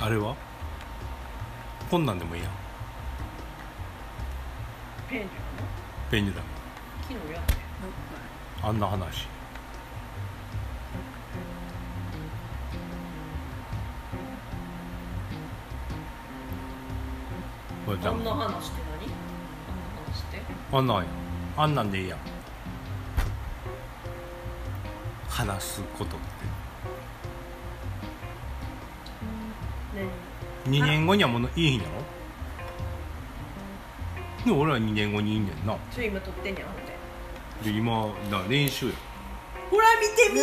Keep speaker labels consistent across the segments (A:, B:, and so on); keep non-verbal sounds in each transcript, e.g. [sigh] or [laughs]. A: あれはこんなんでもいいやん
B: ペンやの
A: 便利だ
B: 昨日やっ
A: あんな話これ
B: た
A: だ
B: あんな話って何あんな話って
A: あんなんやあんなんでいいやん話すことっ
B: 何
A: て2年後にはものいい日なのでも俺は2年後にいいねんな
B: それ今撮ってんやんほんで
A: で今な練習や
B: ほら見てみ
A: ね
B: ー、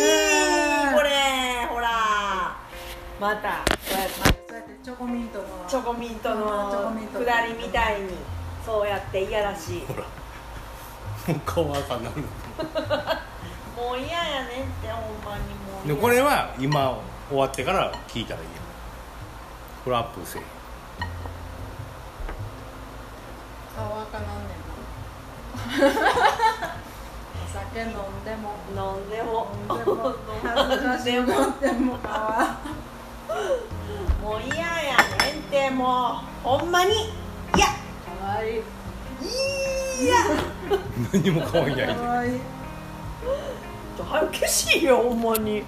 A: え
B: これほらまたこうやって
C: そうやってチョコミントの
B: チョコミント
C: チョ
B: の
C: コミント
B: 下りみたいにそうやっていやらしい
A: ほらもう顔赤になる
B: もう嫌やねんってほんまにもう
A: でこれは今終わってから聞いたらいいやんこれアップせえ
C: 顔赤なんねんなお酒飲んでも
B: 飲んでも
C: [laughs] 飲んでも恥ずかしい飲んでも顔は
B: もう嫌やねんってもうほんまにいや
C: かわいい
B: い [laughs] や
A: 何も可愛いない
C: かわいい
B: 激しいよほんまに